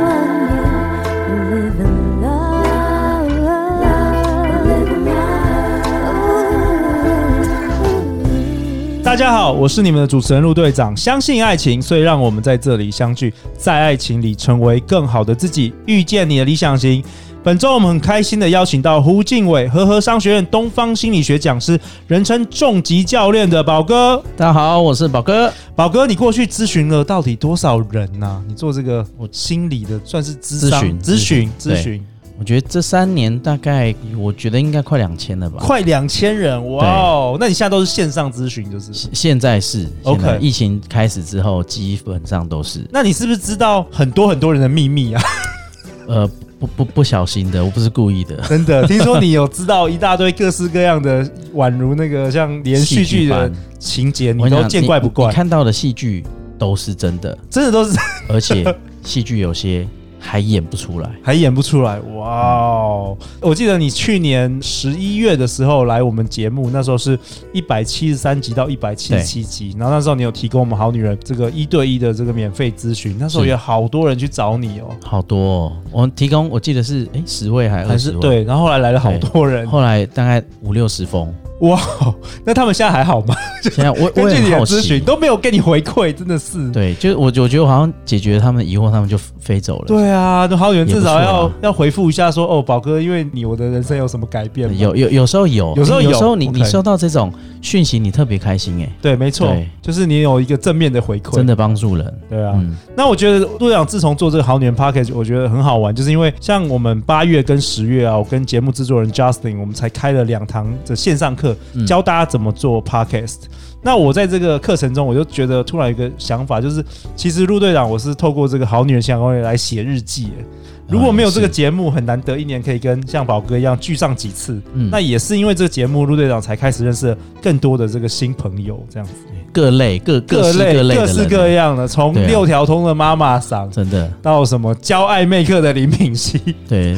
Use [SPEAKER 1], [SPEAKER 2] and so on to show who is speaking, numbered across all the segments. [SPEAKER 1] love you, live in love, live in love.
[SPEAKER 2] 大家好，我是你们的主持人陆队长。相信爱情，所以让我们在这里相聚，在爱情里成为更好的自己，遇见你的理想型。本周我们很开心的邀请到胡敬伟，和和商学院东方心理学讲师，人称重疾教练的宝哥。
[SPEAKER 3] 大家好，我是宝哥。
[SPEAKER 2] 宝哥，你过去咨询了到底多少人呐、你做这个心理的算是咨商咨询、
[SPEAKER 3] 咨询咨询
[SPEAKER 2] 咨询，
[SPEAKER 3] 我觉得这三年大概，我觉得应该快两千了吧。
[SPEAKER 2] 快两千人，哇哦！那你现在都是线上咨询，就是
[SPEAKER 3] 现在是
[SPEAKER 2] OK
[SPEAKER 3] 现在疫情开始之后，基本上都是
[SPEAKER 2] 那你是不是知道很多很多人的秘密 啊？
[SPEAKER 3] 呃不不不小心的，我不是故意的。
[SPEAKER 2] 真的，听说你有知道一大堆各式各样的，宛如那个像连续剧的
[SPEAKER 3] 戏剧
[SPEAKER 2] 情节，你
[SPEAKER 3] 我跟
[SPEAKER 2] 都
[SPEAKER 3] 讲
[SPEAKER 2] 见怪不
[SPEAKER 3] 你
[SPEAKER 2] 怪
[SPEAKER 3] 你，看到的戏剧都是真的，
[SPEAKER 2] 真的都是
[SPEAKER 3] 而且戏剧有些还演不出来。
[SPEAKER 2] 还演不出来。哇哦！我记得你去年十一月的时候来我们节目，那时候是一百七十三集到一百七十七集，然后那时候你有提供我们好女人这个一对一的这个免费咨询，那时候
[SPEAKER 3] 是
[SPEAKER 2] 也好多人去找你哦，
[SPEAKER 3] 好多、哦，我们提供我记得是哎十位还
[SPEAKER 2] 还
[SPEAKER 3] 二
[SPEAKER 2] 是
[SPEAKER 3] 十位，
[SPEAKER 2] 对，然后后来来了好多人，
[SPEAKER 3] 后来大概五六十封。
[SPEAKER 2] 哇哦！那他们现在还好吗？
[SPEAKER 3] 现在我我
[SPEAKER 2] 根据
[SPEAKER 3] 也
[SPEAKER 2] 你
[SPEAKER 3] 很
[SPEAKER 2] 的
[SPEAKER 3] 好
[SPEAKER 2] 咨
[SPEAKER 3] 奇
[SPEAKER 2] 询，都没有给你回馈，真的是。
[SPEAKER 3] 对，就是我我觉得我好像解决他们的疑惑，他们就飞走了。
[SPEAKER 2] 对啊，那好远
[SPEAKER 3] 也
[SPEAKER 2] 至
[SPEAKER 3] 不
[SPEAKER 2] 少
[SPEAKER 3] 错
[SPEAKER 2] 要
[SPEAKER 3] 啦
[SPEAKER 2] 要回复一下说，哦，宝哥，因为你我的人生有什么改变吗？
[SPEAKER 3] 有有有时候有，
[SPEAKER 2] 有时候有
[SPEAKER 3] 有时候你你
[SPEAKER 2] OK
[SPEAKER 3] 收到这种讯息，你特别开心哎，
[SPEAKER 2] 对，没错
[SPEAKER 3] 对，
[SPEAKER 2] 就是你有一个正面的回馈，
[SPEAKER 3] 真的帮助人。
[SPEAKER 2] 对啊。
[SPEAKER 3] 嗯，
[SPEAKER 2] 那我觉得陆队长自从做这个好女人 package，我觉得很好玩，就是因为像我们八月跟十月啊，我跟节目制作人 Justin，我们才开了两堂的线上课，
[SPEAKER 3] 嗯
[SPEAKER 2] 教大家怎么做 podcast。那我在这个课程中，我就觉得突然有一个想法，就是其实陆队长我是透过这个好女人相关来写日记耶。如果没有这个节目，很难得一年可以跟像宝哥一样聚上几次。
[SPEAKER 3] 嗯
[SPEAKER 2] 那也是因为这个节目，陆队长才开始认识了更多的这个新朋友，这样子。
[SPEAKER 3] 各类各
[SPEAKER 2] 各
[SPEAKER 3] 式
[SPEAKER 2] 类
[SPEAKER 3] 各类的
[SPEAKER 2] 各式
[SPEAKER 3] 人
[SPEAKER 2] 各样的，从
[SPEAKER 3] 对啊
[SPEAKER 2] 六条通的妈妈嗓
[SPEAKER 3] 真的
[SPEAKER 2] 到什么教爱妹课的林品 熙，
[SPEAKER 3] 对，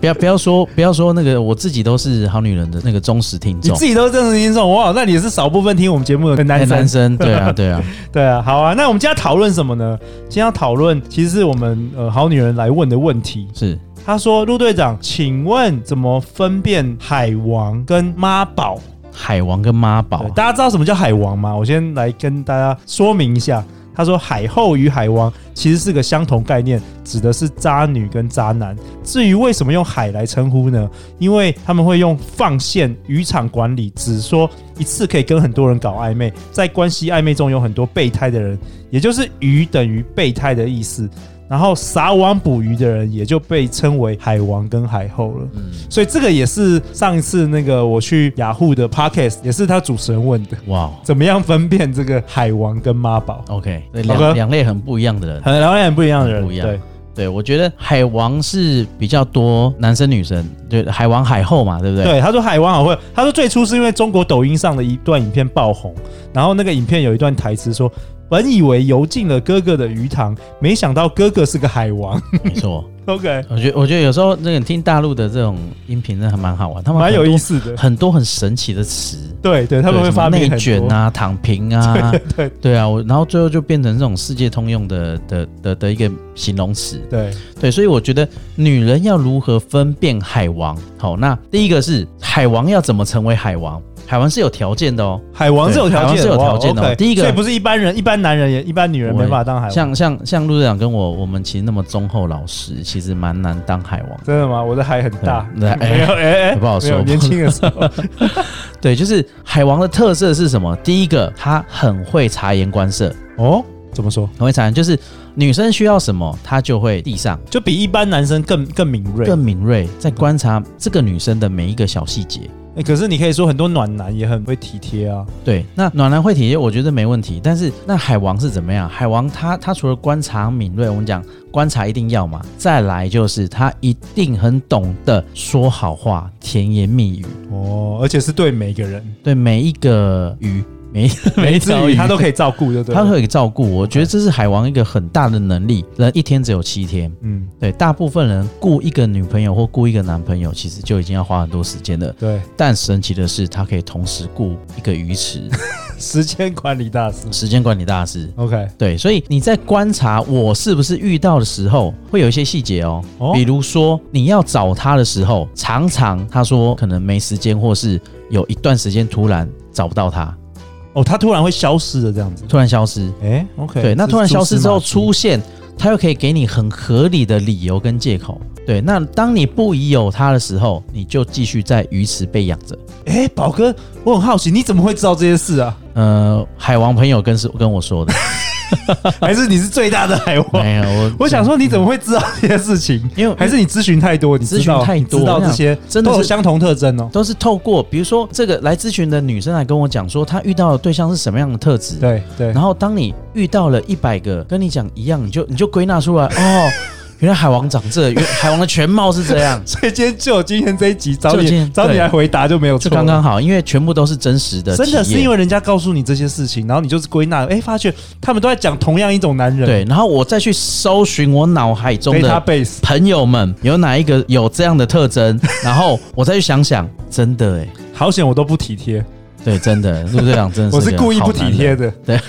[SPEAKER 3] 不要不要说不要说那个，我自己都是好女人的那个忠实听
[SPEAKER 2] 你
[SPEAKER 3] 众
[SPEAKER 2] 自，己都真实听众哇，那你也是少部分听我们节目的男
[SPEAKER 3] 哎
[SPEAKER 2] 生。
[SPEAKER 3] 男生对啊对啊，
[SPEAKER 2] 对啊，好啊，那我们今天要讨论什么呢？今天要讨论其实是我们呃好女人来问的问题。
[SPEAKER 3] 是
[SPEAKER 2] 她说：“陆队长，请问怎么分辨海王跟妈宝？
[SPEAKER 3] 海王跟妈宝
[SPEAKER 2] 对，大家知道什么叫海王吗？我先来跟大家说明一下。他说，海后与海王其实是个相同概念，指的是渣女跟渣男。至于为什么用海来称呼呢？因为他们会用放线渔场管理，只说一次可以跟很多人搞暧昧，在关系暧昧中有很多备胎的人，也就是鱼等于备胎的意思。然后撒网捕鱼的人也就被称为海王跟海后了。
[SPEAKER 3] 嗯
[SPEAKER 2] 所以这个也是上一次那个我去雅虎的 podcast，也是他主持人问的，
[SPEAKER 3] 哇
[SPEAKER 2] 怎么样分辨这个海王跟妈宝？
[SPEAKER 3] ，OK，对
[SPEAKER 2] 宝哥
[SPEAKER 3] 两两类很不一样的人。
[SPEAKER 2] 很两很不一样的人，
[SPEAKER 3] 哦不一样
[SPEAKER 2] 对，
[SPEAKER 3] 对，我觉得海王是比较多男生女生，对，海王海后嘛，对不对？
[SPEAKER 2] 对，他说海王好会，他说最初是因为中国抖音上的一段影片爆红，然后那个影片有一段台词说：“本以为游进了哥哥的鱼塘，没想到哥哥是个海王。
[SPEAKER 3] 没错。
[SPEAKER 2] ”OK，
[SPEAKER 3] 我觉得我觉得有时候那个听大陆的这种音频真的还蛮好玩，他们
[SPEAKER 2] 蛮有
[SPEAKER 3] 很多
[SPEAKER 2] 意思的。
[SPEAKER 3] 很多很神奇的词，
[SPEAKER 2] 对对，他们
[SPEAKER 3] 对
[SPEAKER 2] 会
[SPEAKER 3] 什么
[SPEAKER 2] 发明很
[SPEAKER 3] 内
[SPEAKER 2] 多
[SPEAKER 3] 卷，啊、躺平啊，对
[SPEAKER 2] 对
[SPEAKER 3] 啊，我然后最后就变成这种世界通用的的的的一个形容词。
[SPEAKER 2] 对，
[SPEAKER 3] 对，所以我觉得女人要如何分辨海王？好，那第一个是海王要怎么成为海王？海王是有条件的哦，
[SPEAKER 2] 海王是有
[SPEAKER 3] 对
[SPEAKER 2] 条
[SPEAKER 3] 海王
[SPEAKER 2] 件
[SPEAKER 3] 是
[SPEAKER 2] 的，
[SPEAKER 3] 有
[SPEAKER 2] 哇
[SPEAKER 3] 条件的哦
[SPEAKER 2] OK，
[SPEAKER 3] 第一个
[SPEAKER 2] 所以不是一般人，一般男人也一般女人没
[SPEAKER 3] 我
[SPEAKER 2] 办法当海王。
[SPEAKER 3] 像像像陆队长跟我，我们其实那么忠厚老实，其实蛮难当海王。
[SPEAKER 2] 真的吗？我的海很大，
[SPEAKER 3] 对哎
[SPEAKER 2] 没有，哎哎，
[SPEAKER 3] 不好
[SPEAKER 2] 没有
[SPEAKER 3] 说
[SPEAKER 2] 年轻的时 候，
[SPEAKER 3] 对，就是海王的特色是什么？第一个，他很会察言观色，
[SPEAKER 2] 哦，怎么说？
[SPEAKER 3] 很会察言，就是女生需要什么，他就会递上，
[SPEAKER 2] 就比一般男生更更敏锐。
[SPEAKER 3] 更敏锐，在观察这个女生的每一个小细节。
[SPEAKER 2] 哎可是你可以说很多暖男也很会体贴啊，
[SPEAKER 3] 对，那暖男会体贴，我觉得没问题。但是那海王是怎么样？海王他他除了观察敏锐，我们讲观察一定要嘛，再来就是他一定很懂得说好话，甜言蜜语，
[SPEAKER 2] 哦，而且是对每个人。
[SPEAKER 3] 对每一个鱼 每 每一
[SPEAKER 2] 至
[SPEAKER 3] 条
[SPEAKER 2] 于
[SPEAKER 3] 鱼
[SPEAKER 2] 他都可以照顾，对不对？
[SPEAKER 3] 他会照顾。我觉得这是海王一个很大的能力。人一天只有七天，
[SPEAKER 2] 嗯，
[SPEAKER 3] 对，大部分人雇一个女朋友或雇一个男朋友，其实就已经要花很多时间了。
[SPEAKER 2] 对，
[SPEAKER 3] 但神奇的是，他可以同时雇一个鱼池，
[SPEAKER 2] 时间管理大师。
[SPEAKER 3] 时间管理大师。
[SPEAKER 2] OK，
[SPEAKER 3] 对，所以你在观察我是不是遇到的时候，会有一些细节哦。
[SPEAKER 2] 哦
[SPEAKER 3] 比如说，你要找他的时候，常常他说可能没时间，或是有一段时间突然找不到他，
[SPEAKER 2] 哦，他突然会消失的这样子。
[SPEAKER 3] 突然消失。
[SPEAKER 2] 哎，OK，
[SPEAKER 3] 对，那
[SPEAKER 2] 这
[SPEAKER 3] 突然
[SPEAKER 2] 是
[SPEAKER 3] 消
[SPEAKER 2] 蛛
[SPEAKER 3] 失
[SPEAKER 2] 丝
[SPEAKER 3] 之后
[SPEAKER 2] 马迹
[SPEAKER 3] 出现，他又可以给你很合理的理由跟借口。对，那当你不疑有他的时候，你就继续在鱼池被养着。
[SPEAKER 2] 哎、宝哥，我很好奇，你怎么会知道这些事啊？
[SPEAKER 3] 呃，海王朋友跟是跟 我说的，
[SPEAKER 2] 还是你是最大的海王？
[SPEAKER 3] 没有我
[SPEAKER 2] 我想说，你怎么会知道这些事情？
[SPEAKER 3] 因为
[SPEAKER 2] 还是你咨询太多，你知道
[SPEAKER 3] 咨询太多
[SPEAKER 2] 你知道这些
[SPEAKER 3] 真的
[SPEAKER 2] 都
[SPEAKER 3] 是
[SPEAKER 2] 有相同特征哦。
[SPEAKER 3] 都是透过，比如说这个来咨询的女生来跟我讲说，她遇到的对象是什么样的特质。
[SPEAKER 2] 对对。
[SPEAKER 3] 然，后当你遇到了一百个跟你讲一样，你就你就归纳出来哦，原来海王长这，原海王的全貌是这样
[SPEAKER 2] 所以今天就有今天这一集找
[SPEAKER 3] 就今
[SPEAKER 2] 你
[SPEAKER 3] 天
[SPEAKER 2] 找你
[SPEAKER 3] 对
[SPEAKER 2] 来回答就没有
[SPEAKER 3] 就
[SPEAKER 2] 错了。
[SPEAKER 3] 刚刚好，因为全部都是真实的体
[SPEAKER 2] 真
[SPEAKER 3] 验，
[SPEAKER 2] 的是因为人家告诉你这些事情，然后你就是归纳，哎、发觉他们都在讲同样一种男人。
[SPEAKER 3] 对，然后我再去搜寻我脑海中的
[SPEAKER 2] ，database
[SPEAKER 3] 朋友们有哪一个有这样的 特征，然后我再去想想，真的哎、
[SPEAKER 2] 好险我都不体 贴，
[SPEAKER 3] 对，真的陆队长真的
[SPEAKER 2] 我
[SPEAKER 3] 是
[SPEAKER 2] 是
[SPEAKER 3] 个
[SPEAKER 2] 故意
[SPEAKER 3] 好
[SPEAKER 2] 不
[SPEAKER 3] 男
[SPEAKER 2] 体贴
[SPEAKER 3] 人，
[SPEAKER 2] 的，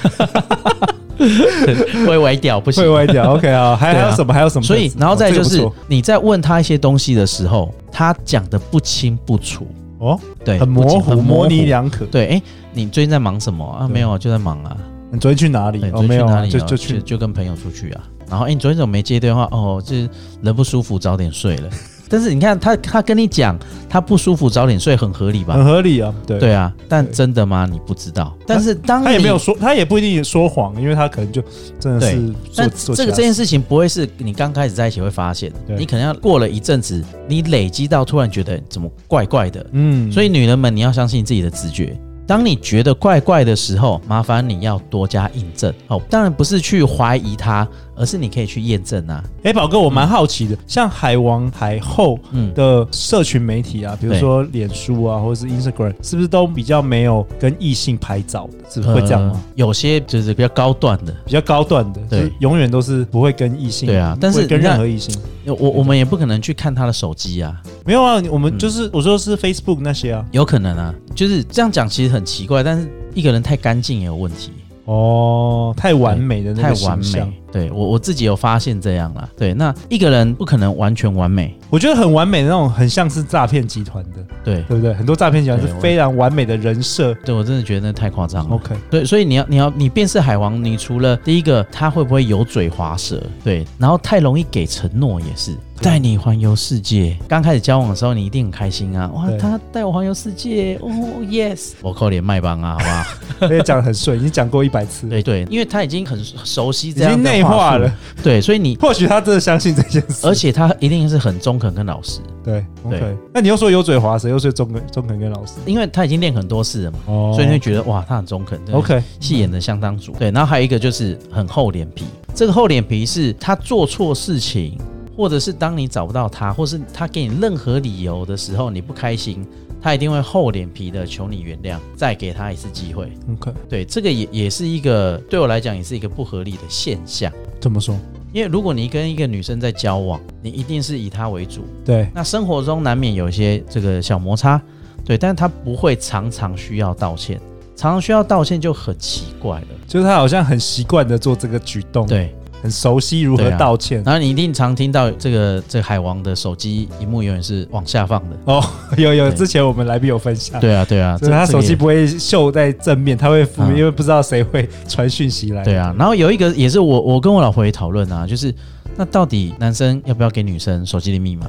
[SPEAKER 3] 会歪掉不行
[SPEAKER 2] 会。歪掉。OK 啊，还
[SPEAKER 3] 对啊
[SPEAKER 2] 还有什么？还有什么特质？
[SPEAKER 3] 所以，然后再
[SPEAKER 2] 哦这
[SPEAKER 3] 就
[SPEAKER 2] 个不
[SPEAKER 3] 是
[SPEAKER 2] 错
[SPEAKER 3] 你在问他一些东西的时候，他讲的不清不楚，
[SPEAKER 2] 哦，
[SPEAKER 3] 对，
[SPEAKER 2] 很
[SPEAKER 3] 不
[SPEAKER 2] 模
[SPEAKER 3] 清
[SPEAKER 2] 糊，模棱。两可。
[SPEAKER 3] 对，哎、你最近在忙什么啊？
[SPEAKER 2] 对
[SPEAKER 3] 没有啊，就在忙啊。
[SPEAKER 2] 你昨天去哪里
[SPEAKER 3] 对，？
[SPEAKER 2] 哦，
[SPEAKER 3] 昨天
[SPEAKER 2] 没
[SPEAKER 3] 去
[SPEAKER 2] 有
[SPEAKER 3] 哪
[SPEAKER 2] 啊，
[SPEAKER 3] 里
[SPEAKER 2] 就
[SPEAKER 3] 了？
[SPEAKER 2] 就去
[SPEAKER 3] 就跟朋友出去啊。然后，哎、你昨天怎么没接电话？哦，就是人不舒服，早点睡了。 但是你看他，他跟你讲他不舒服，早点睡很合理吧？
[SPEAKER 2] 很合理啊。对，
[SPEAKER 3] 对啊，但
[SPEAKER 2] 对
[SPEAKER 3] 真的吗？你不知道。但是当
[SPEAKER 2] 他也
[SPEAKER 3] 你
[SPEAKER 2] 没有说，他也不一定说谎，因为他可能就真的是
[SPEAKER 3] 对
[SPEAKER 2] 做
[SPEAKER 3] 但
[SPEAKER 2] 做
[SPEAKER 3] 这个
[SPEAKER 2] 其他
[SPEAKER 3] 这件事情不会是你刚开始在一起会发现
[SPEAKER 2] 对，
[SPEAKER 3] 你可能要过了一阵子，你累积到突然觉得怎么怪怪的。
[SPEAKER 2] 嗯，
[SPEAKER 3] 所以女人们，你要相信自己的直觉。当你觉得怪怪的时候，麻烦你要多加印证哦。当然不是去怀疑它，而是你可以去验证啊。
[SPEAKER 2] 哎，宝哥，我蛮好奇的，像海王、海后
[SPEAKER 3] 嗯
[SPEAKER 2] 的社群媒体啊，比如
[SPEAKER 3] 对
[SPEAKER 2] 说脸书啊，或者是 Instagram，是不是都比较没有跟异性拍照？是不是会这样吗？
[SPEAKER 3] 呃有些就是比较高段的，
[SPEAKER 2] 比较高段的，
[SPEAKER 3] 对
[SPEAKER 2] 就是永远都是不会跟异性，
[SPEAKER 3] 对啊
[SPEAKER 2] 不会
[SPEAKER 3] 但是
[SPEAKER 2] 跟
[SPEAKER 3] 你看
[SPEAKER 2] 任何异性
[SPEAKER 3] 我我们也不可能去看他的手机啊，
[SPEAKER 2] 没有啊。我们就是、我说是 Facebook 那些啊。
[SPEAKER 3] 有可能啊。就是这样讲，其实很奇怪，但是一个人太干净也有问题。
[SPEAKER 2] 哦，太完美的那
[SPEAKER 3] 太
[SPEAKER 2] 个
[SPEAKER 3] 完
[SPEAKER 2] 形象
[SPEAKER 3] 美，，对我我自己有发现这样啦。对，那一个人不可能完全完美，
[SPEAKER 2] 我觉得很完美的那种，很像是诈骗集团的，
[SPEAKER 3] 对，
[SPEAKER 2] 对不对？很多诈骗集团是
[SPEAKER 3] 对我
[SPEAKER 2] 非常完美的人 设。
[SPEAKER 3] 对我真的觉得那太夸张了。
[SPEAKER 2] OK，
[SPEAKER 3] 对，所以你要你要你辨识海王，你除了第一个他会不会油嘴滑舌，对，然后太容易给承诺也是，带你环游世界。刚开始交往的时候，你一定很开心啊，哇
[SPEAKER 2] 对，
[SPEAKER 3] 他带我环游世界，哦，yes，我扣脸麦帮啊，好不好？
[SPEAKER 2] 而且讲的很顺，已经讲过一百次，
[SPEAKER 3] 对对，因为他已经很熟悉
[SPEAKER 2] 已
[SPEAKER 3] 这样
[SPEAKER 2] 经
[SPEAKER 3] 的
[SPEAKER 2] 内
[SPEAKER 3] 话
[SPEAKER 2] 化
[SPEAKER 3] 术
[SPEAKER 2] 了。。
[SPEAKER 3] 对，所以你
[SPEAKER 2] 或许他真的相信这件事，
[SPEAKER 3] 而且他一定是很中肯跟老实，
[SPEAKER 2] 对
[SPEAKER 3] 对
[SPEAKER 2] OK。那你又说油嘴滑舌，又说中肯中肯跟老师，
[SPEAKER 3] 因为他已经练很多次了嘛。
[SPEAKER 2] 哦
[SPEAKER 3] 所以你会觉得哇，他很中肯真的
[SPEAKER 2] OK
[SPEAKER 3] 戏演的相当足。对，然后还有一个就是很厚脸皮，这个厚脸皮是他做错事情，或者是当你找不到他，或是他给你任何理由的时候，你不开心，他一定会厚脸皮的求你原谅，再给他一次机会。
[SPEAKER 2] OK
[SPEAKER 3] 对，这个也也是一个对我来讲也是一个不合理的现象，
[SPEAKER 2] 怎么说？
[SPEAKER 3] 因为如果你跟一个女生在交往，你一定是以她为主，
[SPEAKER 2] 对
[SPEAKER 3] 那生活中难免有一些这个小摩擦，对，但是他不会常常需要道歉，常常需要道歉就很奇怪了。
[SPEAKER 2] 就是他好像很习惯的做这个举动，，
[SPEAKER 3] 对，
[SPEAKER 2] 很熟悉如何
[SPEAKER 3] 对啊
[SPEAKER 2] 道歉。
[SPEAKER 3] 然后你一定常听到这个这个海王的手机荧幕永远是往下放的。
[SPEAKER 2] 哦， 有有，
[SPEAKER 3] 对
[SPEAKER 2] 之前我们来宾有分享，，
[SPEAKER 3] 对啊，对啊，
[SPEAKER 2] 就是他手机不会秀在正面，他会负面，
[SPEAKER 3] 嗯
[SPEAKER 2] 因为不知道谁会传讯息来。
[SPEAKER 3] 对，啊。然后有一个也是我我跟我老婆也讨论啊，就是那到底男生要不要给女生手机的密码？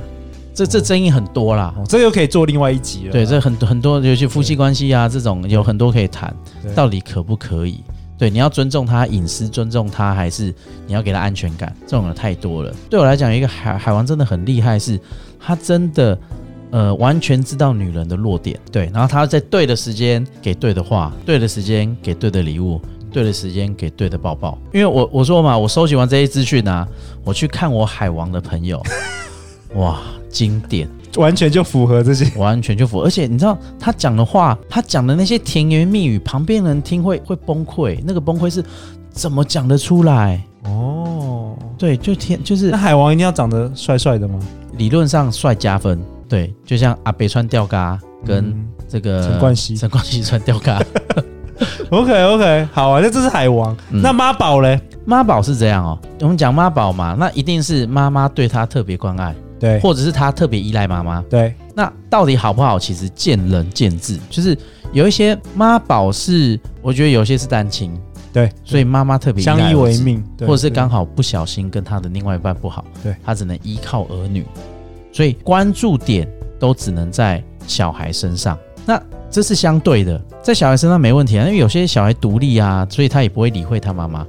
[SPEAKER 3] 这这争议很多啦。
[SPEAKER 2] 哦，这个又可以做另外一集了。
[SPEAKER 3] 对，这很很多，尤其夫妻关系啊这种，有很多可以谈
[SPEAKER 2] 对，
[SPEAKER 3] 到底可不可以？对，你要尊重他隐私，尊重他，还是你要给他安全感？这种的太多了。对我来讲，一个海海王真的很厉害是，他真的呃完全知道女人的弱点，对，然后他在对的时间给对的话，对的时间给对的礼物，对的时间给对的抱抱。因为我我说嘛，我收集完这些资讯啊，我去看我海王的朋友，哇，经典，
[SPEAKER 2] 完全就符合这些。
[SPEAKER 3] 完全就符合。而且你知道他讲的话，他讲的那些甜言蜜语，旁边人听会会崩溃，那个崩溃是怎么讲得出来？
[SPEAKER 2] 哦，
[SPEAKER 3] 对，就天就 是
[SPEAKER 2] 那海王一定要长得帅帅的吗？
[SPEAKER 3] 理论上帅加分，对，就像阿北穿吊嘎跟
[SPEAKER 2] 嗯
[SPEAKER 3] 这个
[SPEAKER 2] 陈冠希
[SPEAKER 3] 陈冠希穿吊 嘎，
[SPEAKER 2] OK OK，好啊，那这是海王。
[SPEAKER 3] 嗯
[SPEAKER 2] 那妈宝嘞？
[SPEAKER 3] 妈宝是这样哦，我们讲妈宝嘛，那一定是妈妈对他特别关爱，
[SPEAKER 2] 对
[SPEAKER 3] 或者是他特别依赖妈妈。
[SPEAKER 2] 对，
[SPEAKER 3] 那到底好不好，其实见仁见智。就是有一些妈宝是，我觉得有些是单亲，
[SPEAKER 2] 对，
[SPEAKER 3] 所以妈妈特别依赖
[SPEAKER 2] 相依
[SPEAKER 3] 儿
[SPEAKER 2] 为
[SPEAKER 3] 子，
[SPEAKER 2] 命，对
[SPEAKER 3] 或者是刚
[SPEAKER 2] 好
[SPEAKER 3] 好不小心跟他的另外一半不好，
[SPEAKER 2] 对
[SPEAKER 3] 他只能依靠儿女，所以关注点都只能在小孩身上。那这是相对的，在小孩身上没问题啊，因为有些小孩独立啊，所以他也不会理会他妈妈。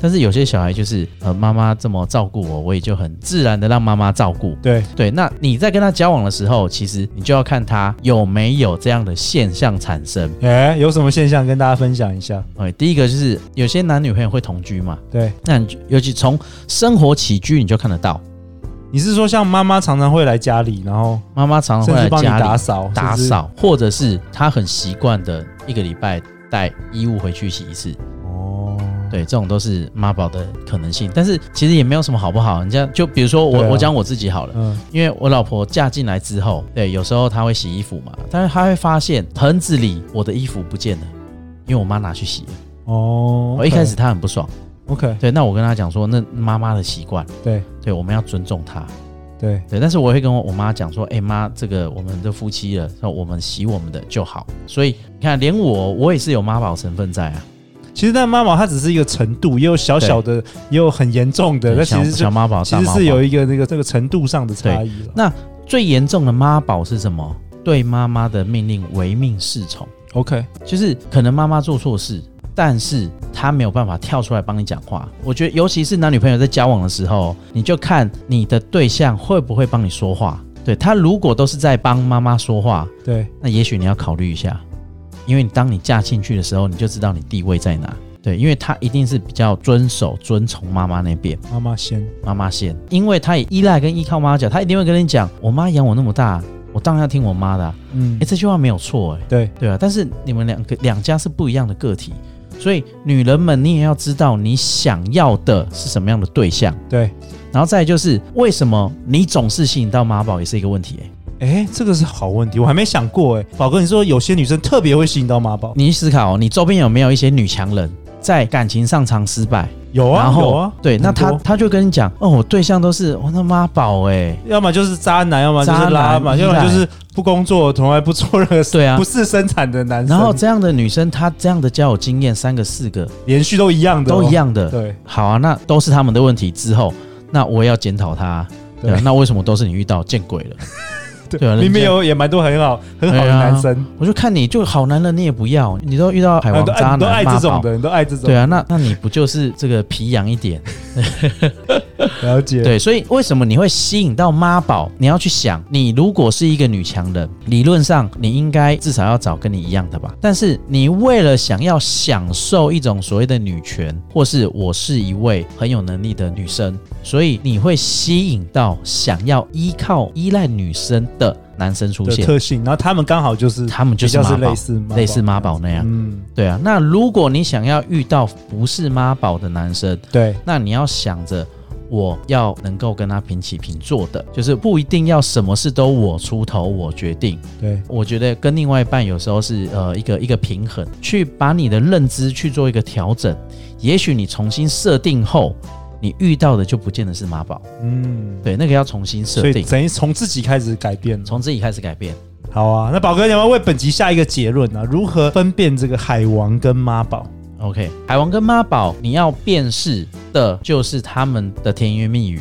[SPEAKER 3] 但是有些小孩就是，呃，妈妈这么照顾我，我也就很自然的让妈妈照顾。
[SPEAKER 2] 对
[SPEAKER 3] 对，那你在跟他交往的时候，其实你就要看他有没有这样的现象产生。
[SPEAKER 2] 哎、有什么现象跟大家分享一下？
[SPEAKER 3] 哎，第一个就是有些男女朋友会同居嘛，
[SPEAKER 2] 对，
[SPEAKER 3] 那你就尤其从生活起居你就看得到，
[SPEAKER 2] 你是说像妈妈常常会来家里，然后
[SPEAKER 3] 妈妈常常
[SPEAKER 2] 甚
[SPEAKER 3] 会
[SPEAKER 2] 至
[SPEAKER 3] 来
[SPEAKER 2] 帮你
[SPEAKER 3] 家
[SPEAKER 2] 打
[SPEAKER 3] 里
[SPEAKER 2] 扫，
[SPEAKER 3] 打
[SPEAKER 2] 甚至，
[SPEAKER 3] 扫，或者是她很习惯的一个礼拜带衣物回去洗一次。
[SPEAKER 2] 哦，
[SPEAKER 3] 对，这种都是妈宝的可能性，但是其实也没有什么好不好。人家就比如说我，
[SPEAKER 2] 对啊
[SPEAKER 3] 我讲我自己好了，
[SPEAKER 2] 嗯，
[SPEAKER 3] 因为我老婆嫁进来之后，对，有时候她会洗衣服嘛，但是她会发现盆子里我的衣服不见了，因为我妈拿去洗了。
[SPEAKER 2] 哦，
[SPEAKER 3] 我一开始她很不爽，
[SPEAKER 2] OK，
[SPEAKER 3] 对，那我跟她讲说，那妈妈的习惯，
[SPEAKER 2] 对
[SPEAKER 3] 对，我们要尊重她。
[SPEAKER 2] 对，
[SPEAKER 3] 对，但是我会跟我我妈讲说，哎、妈，这个我们的夫妻了，那我们洗我们的就好。所以你看，连我我也是有妈宝成分在啊，
[SPEAKER 2] 其实但妈宝它只是一个程度，也有小小的，也有很严重的，那其
[SPEAKER 3] 小
[SPEAKER 2] 实
[SPEAKER 3] 小
[SPEAKER 2] 就
[SPEAKER 3] 妈宝
[SPEAKER 2] 其
[SPEAKER 3] 大
[SPEAKER 2] 实
[SPEAKER 3] 妈宝
[SPEAKER 2] 是有一个那个这个程度上的差异了。
[SPEAKER 3] 那最严重的妈宝是什么？对妈妈的命令唯命是从，
[SPEAKER 2] OK，
[SPEAKER 3] 就是可能妈妈做错事，但是她没有办法跳出来帮你讲话。我觉得，尤其是男女朋友在交往的时候，你就看你的对象会不会帮你说话。对他如果都是在帮妈妈说话，
[SPEAKER 2] 对，
[SPEAKER 3] 那也许你要考虑一下，因为你当你嫁进去的时候，你就知道你地位在哪。对，因为他一定是比较遵守、遵从妈妈那边，
[SPEAKER 2] 妈妈先，
[SPEAKER 3] 妈妈先，因为他也依赖跟依靠妈妈讲，他一定会跟你讲，我妈养我那么大，我当然要听我妈的、啊。
[SPEAKER 2] 嗯
[SPEAKER 3] 哎，，这句话没有错，哎，
[SPEAKER 2] 对
[SPEAKER 3] 对啊。但是你们两个两家是不一样的个体，所以女人们，你也要知道你想要的是什么样的对象，
[SPEAKER 2] 对，
[SPEAKER 3] 然后再来就是为什么你总是吸引到妈宝，也是一个问题。哎，
[SPEAKER 2] 哎，这个是好问题，我还没想过哎。宝哥，你说有些女生特别会吸引到妈宝，
[SPEAKER 3] 你去思考哦，你周边有没有一些女强人在感情上常失败？
[SPEAKER 2] 有啊
[SPEAKER 3] 然后
[SPEAKER 2] 有啊，
[SPEAKER 3] 对，那
[SPEAKER 2] 很
[SPEAKER 3] 他
[SPEAKER 2] 多
[SPEAKER 3] 他就跟你讲，哦，我对象都是我那妈宝哎，
[SPEAKER 2] 要么就是渣男，要么就是
[SPEAKER 3] 渣
[SPEAKER 2] 拉
[SPEAKER 3] 男
[SPEAKER 2] 嘛，
[SPEAKER 3] 依
[SPEAKER 2] 要么
[SPEAKER 3] 赖
[SPEAKER 2] 就是不工作，从来不做任何事，
[SPEAKER 3] 对啊
[SPEAKER 2] 不是生产的男生，
[SPEAKER 3] 然后这样的女生，她这样的交友经验三个四个
[SPEAKER 2] 连续都一样的哦，
[SPEAKER 3] 都一样的，
[SPEAKER 2] 对，
[SPEAKER 3] 好啊，那都是他们的问题之后，那我也要检讨他，对啊
[SPEAKER 2] 对，
[SPEAKER 3] 那为什么都是你遇到见鬼 了？
[SPEAKER 2] 对
[SPEAKER 3] 对啊人
[SPEAKER 2] 明明
[SPEAKER 3] 家
[SPEAKER 2] 有也蛮多很好很好的
[SPEAKER 3] 对啊
[SPEAKER 2] 男生，
[SPEAKER 3] 我就看你就好男人你也不要，你都遇到海
[SPEAKER 2] 啊
[SPEAKER 3] 王
[SPEAKER 2] 都爱
[SPEAKER 3] 渣
[SPEAKER 2] 你都爱
[SPEAKER 3] 男
[SPEAKER 2] 这
[SPEAKER 3] 妈
[SPEAKER 2] 种
[SPEAKER 3] 宝，
[SPEAKER 2] 的，你都爱这种
[SPEAKER 3] 对，啊，那那你不就是这个皮痒一点？
[SPEAKER 2] 了解，
[SPEAKER 3] 对，所以为什么你会吸引到妈宝？你要去想，你如果是一个女强人，理论上你应该至少要找跟你一样的吧。但是你为了想要享受一种所谓的女权，或是我是一位很有能力的女生，所以你会吸引到想要依靠依赖女生的男生出
[SPEAKER 2] 的
[SPEAKER 3] 现，
[SPEAKER 2] 特性，然后他们刚好就是
[SPEAKER 3] 他们就
[SPEAKER 2] 比
[SPEAKER 3] 是
[SPEAKER 2] 较
[SPEAKER 3] 妈
[SPEAKER 2] 是
[SPEAKER 3] 宝，
[SPEAKER 2] 类似
[SPEAKER 3] 类似妈宝那样。
[SPEAKER 2] 嗯，
[SPEAKER 3] 对啊，那如果你想要遇到不是妈宝的男生，
[SPEAKER 2] 对，
[SPEAKER 3] 那你要想着我要能够跟他平起平坐的，就是不一定要什么事都我出头我决定。
[SPEAKER 2] 对，
[SPEAKER 3] 我觉得跟另外一半有时候是呃一个一个平衡，去把你的认知去做一个调整。也许你重新设定后，你遇到的就不见得是妈宝，
[SPEAKER 2] 嗯，
[SPEAKER 3] 对，那个要重新
[SPEAKER 2] 所
[SPEAKER 3] 设
[SPEAKER 2] 以
[SPEAKER 3] 定，
[SPEAKER 2] 等于从自己开始改变了。
[SPEAKER 3] 从自己开始改变。
[SPEAKER 2] 好啊，那宝哥，你要不要为本集下一个结论呢、啊？如何分辨这个海王跟妈宝？
[SPEAKER 3] OK，海王跟妈宝，你要辨识的就是他们的甜言蜜语，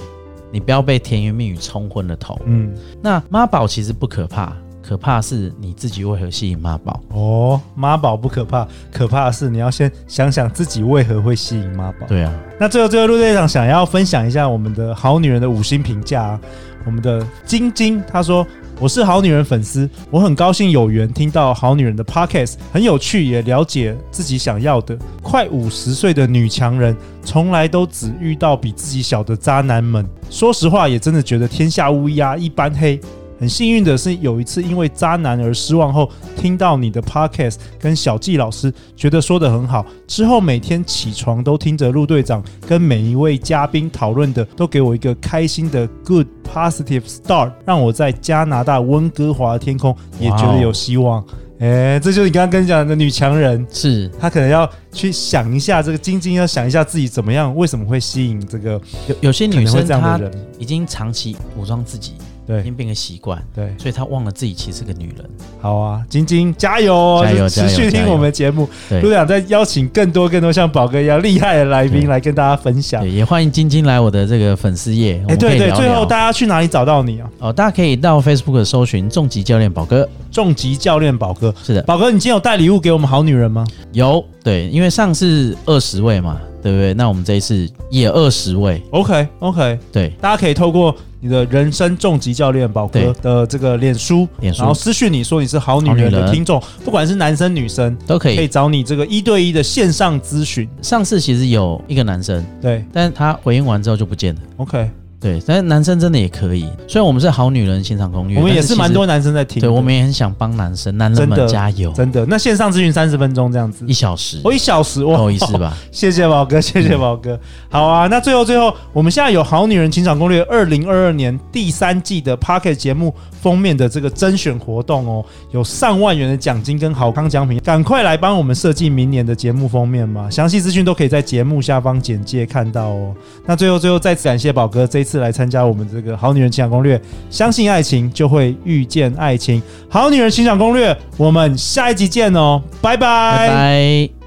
[SPEAKER 3] 你不要被甜言蜜语冲昏了头。
[SPEAKER 2] 嗯，
[SPEAKER 3] 那妈宝其实不可怕，可怕是你自己为何吸引妈宝。
[SPEAKER 2] 哦，妈宝不可怕，可怕的是你要先想想自己为何会吸引妈宝。
[SPEAKER 3] 对啊，
[SPEAKER 2] 那最后，最后陆队长想要分享一下我们的好女人的五星评价、啊。我们的晶晶她说：“我是好女人粉丝，我很高兴有缘听到好女人的 podcast，很有趣，也了解自己想要的。快五十岁的女强人，从来都只遇到比自己小的渣男们。说实话，也真的觉得天下乌鸦一般黑。很幸运的是，有一次因为渣男而失望后，听到你的 podcast 跟小纪老师，觉得说的很好。之后每天起床都听着陆队长跟每一位嘉宾讨论的，都给我一个开心的 good positive start，让我在加拿大温哥华的天空也觉得有希望。哎、这就是你刚刚跟你讲的女强人，
[SPEAKER 3] 是
[SPEAKER 2] 她可能要去想一下这个晶晶，要想一下自己怎么样，为什么会吸引这个
[SPEAKER 3] 有有些
[SPEAKER 2] 可
[SPEAKER 3] 女
[SPEAKER 2] 能会
[SPEAKER 3] 生
[SPEAKER 2] 这样
[SPEAKER 3] 她
[SPEAKER 2] 的人？
[SPEAKER 3] 已经长期武装自己，已
[SPEAKER 2] 对
[SPEAKER 3] 经变个习惯，
[SPEAKER 2] 对。
[SPEAKER 3] 所以她忘了自己其实是个女人。
[SPEAKER 2] 好啊，晶晶加油哦！
[SPEAKER 3] 加
[SPEAKER 2] 就
[SPEAKER 3] 油
[SPEAKER 2] 持续
[SPEAKER 3] 加油
[SPEAKER 2] 听我们的节目。
[SPEAKER 3] 对
[SPEAKER 2] 陆长在邀请更多更多像宝哥一样厉害的来宾
[SPEAKER 3] 对
[SPEAKER 2] 来跟大家分享
[SPEAKER 3] 对，。也欢迎晶晶来我的这个粉丝页，我
[SPEAKER 2] 哎，
[SPEAKER 3] 们可
[SPEAKER 2] 对
[SPEAKER 3] 以
[SPEAKER 2] 对，
[SPEAKER 3] 聊
[SPEAKER 2] 最后
[SPEAKER 3] 聊。
[SPEAKER 2] 大家去哪里找到你啊？
[SPEAKER 3] 哦，大家可以到 Facebook 搜寻“重疾教练宝哥
[SPEAKER 2] 重疾教练宝哥，”。
[SPEAKER 3] 是的，
[SPEAKER 2] 宝哥，你今天有带礼物给我们好女人吗？
[SPEAKER 3] 有对，因为上次二十位嘛，对不对？那我们这一次也二十位，
[SPEAKER 2] OK OK，
[SPEAKER 3] 对，
[SPEAKER 2] 大家可以透过你的人生重疾教练宝哥
[SPEAKER 3] 对
[SPEAKER 2] 的这个脸书，
[SPEAKER 3] 脸书
[SPEAKER 2] 然后私讯你说你是好女
[SPEAKER 3] 好
[SPEAKER 2] 人
[SPEAKER 3] 女
[SPEAKER 2] 的
[SPEAKER 3] 人
[SPEAKER 2] 听众，不管是男生女生，
[SPEAKER 3] 都可
[SPEAKER 2] 可以
[SPEAKER 3] 以。
[SPEAKER 2] 找你这个一对一的线上咨询。
[SPEAKER 3] 上次其实有一个男生，
[SPEAKER 2] 对
[SPEAKER 3] 但他回应完之后就不见了。
[SPEAKER 2] ，OK，
[SPEAKER 3] 对，但是男生真的也可以。虽然我们是好女人现场攻略，
[SPEAKER 2] 我们也
[SPEAKER 3] 但
[SPEAKER 2] 是
[SPEAKER 3] 其实
[SPEAKER 2] 蛮多男生在听的，
[SPEAKER 3] 对，我们也很想帮男生、男人
[SPEAKER 2] 真的
[SPEAKER 3] 们加油，
[SPEAKER 2] 真的。那哦线上咨询三十分钟这样子
[SPEAKER 3] 一，小时
[SPEAKER 2] 我一小时，哇
[SPEAKER 3] 够意思吧？
[SPEAKER 2] 谢谢宝哥，谢谢宝哥。好啊，那最后最后，我们现在有《好女人情场攻略》二零二二年第三季的 p o c k e t 节目封面的这个甄选活动哦，有上万元的奖金跟好康奖品，赶快来帮我们设计明年的节目封面嘛！详细资讯都可以在节目下方简介看到哦。那最后最后，再次感谢宝哥这一次来参加我们这个《好女人情场攻略》，相信爱情就会遇见爱情，《好女人情场攻略》，我们下一集见哦，拜
[SPEAKER 3] 拜拜。